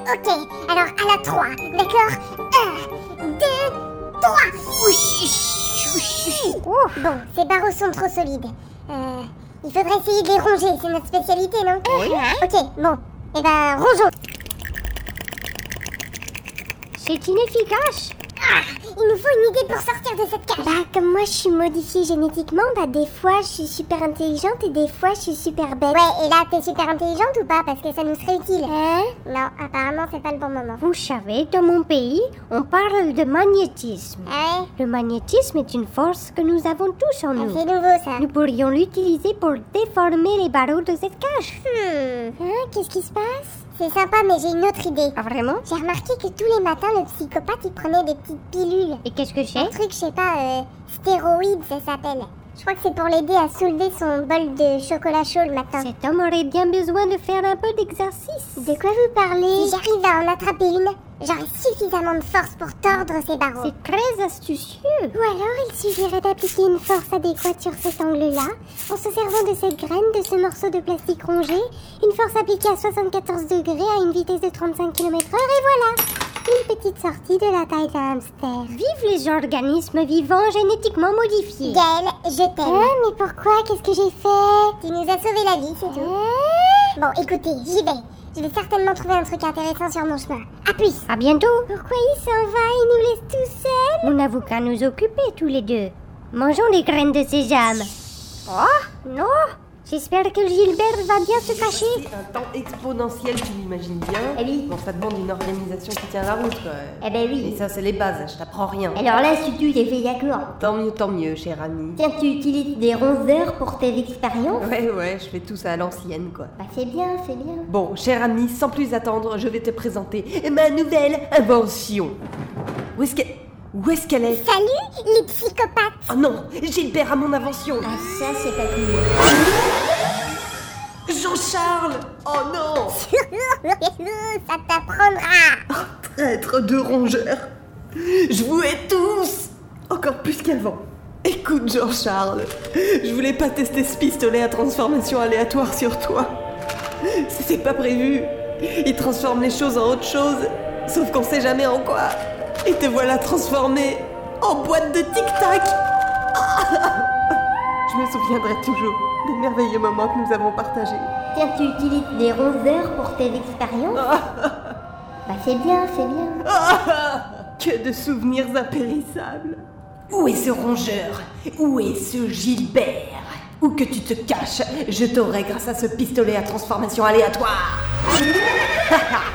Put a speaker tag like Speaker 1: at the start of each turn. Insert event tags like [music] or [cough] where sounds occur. Speaker 1: Ok, alors à la 3, d'accord 1, 2, 3 Ouh, Bon, ces barreaux sont trop solides. Euh, il faudrait essayer de les ronger, c'est notre spécialité, non Ok, bon. Eh ben, rongeons
Speaker 2: C'est inefficace.
Speaker 1: Ah, Il nous faut une idée pour sortir de cette cage
Speaker 2: Bah, comme moi je suis modifiée génétiquement, bah des fois je suis super intelligente et des fois je suis super bête.
Speaker 1: Ouais, et là, t'es super intelligente ou pas Parce que ça nous serait utile.
Speaker 2: Hein
Speaker 1: Non, apparemment, c'est pas le bon moment.
Speaker 2: Vous savez, dans mon pays, on parle de magnétisme.
Speaker 1: Ah ouais
Speaker 2: Le magnétisme est une force que nous avons tous en
Speaker 1: Ah,
Speaker 2: nous.
Speaker 1: C'est nouveau, ça.
Speaker 2: Nous pourrions l'utiliser pour déformer les barreaux de cette cage.
Speaker 1: Hmm. Hein, Qu'est-ce qui se passe C'est sympa, mais j'ai une autre idée.
Speaker 2: Ah vraiment
Speaker 1: J'ai remarqué que tous les matins, le psychopathe, il prenait des petites pilules.
Speaker 2: Et qu'est-ce que
Speaker 1: Un
Speaker 2: c'est
Speaker 1: truc, je sais pas, euh, stéroïde, ça s'appelle. Je crois que c'est pour l'aider à soulever son bol de chocolat chaud le matin.
Speaker 2: Cet homme aurait bien besoin de faire un peu d'exercice.
Speaker 1: De quoi vous parlez Si j'arrive à en attraper une, j'aurai suffisamment de force pour tordre ces barreaux.
Speaker 2: C'est très astucieux.
Speaker 1: Ou alors, il suffirait d'appliquer une force adéquate sur cet angle-là, en se servant de cette graine, de ce morceau de plastique rongé, une force appliquée à 74 degrés à une vitesse de 35 km/h, et voilà Une petite sortie de la taille d'un hamster.
Speaker 2: Vive les organismes vivants génétiquement modifiés.
Speaker 1: Gaël, je t'aime. mais pourquoi Qu'est-ce que j'ai fait Tu nous as sauvé la vie, c'est tout. Bon, écoutez, j'y vais. Je vais certainement trouver un truc intéressant sur mon chemin. À plus
Speaker 2: À bientôt.
Speaker 1: Pourquoi il s'en va Il nous laisse tout seuls
Speaker 2: Nous n'avons qu'à nous occuper tous les deux. Mangeons les graines de sésame. Oh non J'espère que Gilbert va bien se cacher.
Speaker 3: C'est un temps exponentiel, tu l'imagines bien.
Speaker 4: Eh oui.
Speaker 3: Bon, ça demande une organisation qui tient la route. quoi.
Speaker 4: Eh ben
Speaker 3: Et
Speaker 4: oui.
Speaker 3: ça, c'est les bases, je t'apprends rien.
Speaker 4: Alors là, si tu t'es fait d'accord.
Speaker 3: Tant mieux, tant mieux, cher ami.
Speaker 4: Tiens, tu utilises des rongeurs pour tes expériences
Speaker 3: Ouais, ouais, je fais tout ça à l'ancienne, quoi.
Speaker 4: Bah c'est bien, c'est bien.
Speaker 3: Bon, cher ami, sans plus attendre, je vais te présenter ma nouvelle invention. Où est-ce qu'elle... Où est-ce qu'elle est
Speaker 1: Salut, les psychopathes
Speaker 3: Oh non Gilbert a mon invention
Speaker 4: Ah ça, c'est pas cool.
Speaker 3: Jean-Charles Oh non
Speaker 1: [laughs] Ça t'apprendra
Speaker 3: Traître de rongeur Je vous hais tous Encore plus qu'avant. Écoute, Jean-Charles, je voulais pas tester ce pistolet à transformation aléatoire sur toi. C'était pas prévu. Il transforme les choses en autre chose, sauf qu'on sait jamais en quoi. Et te voilà transformé en boîte de tic-tac Ah, Je me souviendrai toujours des merveilleux moments que nous avons partagés.
Speaker 4: Tiens, tu utilises des rongeurs pour tes expériences Bah c'est bien, c'est bien.
Speaker 3: [laughs] Que de souvenirs impérissables. Où est ce rongeur Où est ce Gilbert Où que tu [laughs] te caches, je t'aurai grâce à ce pistolet à transformation aléatoire. Oh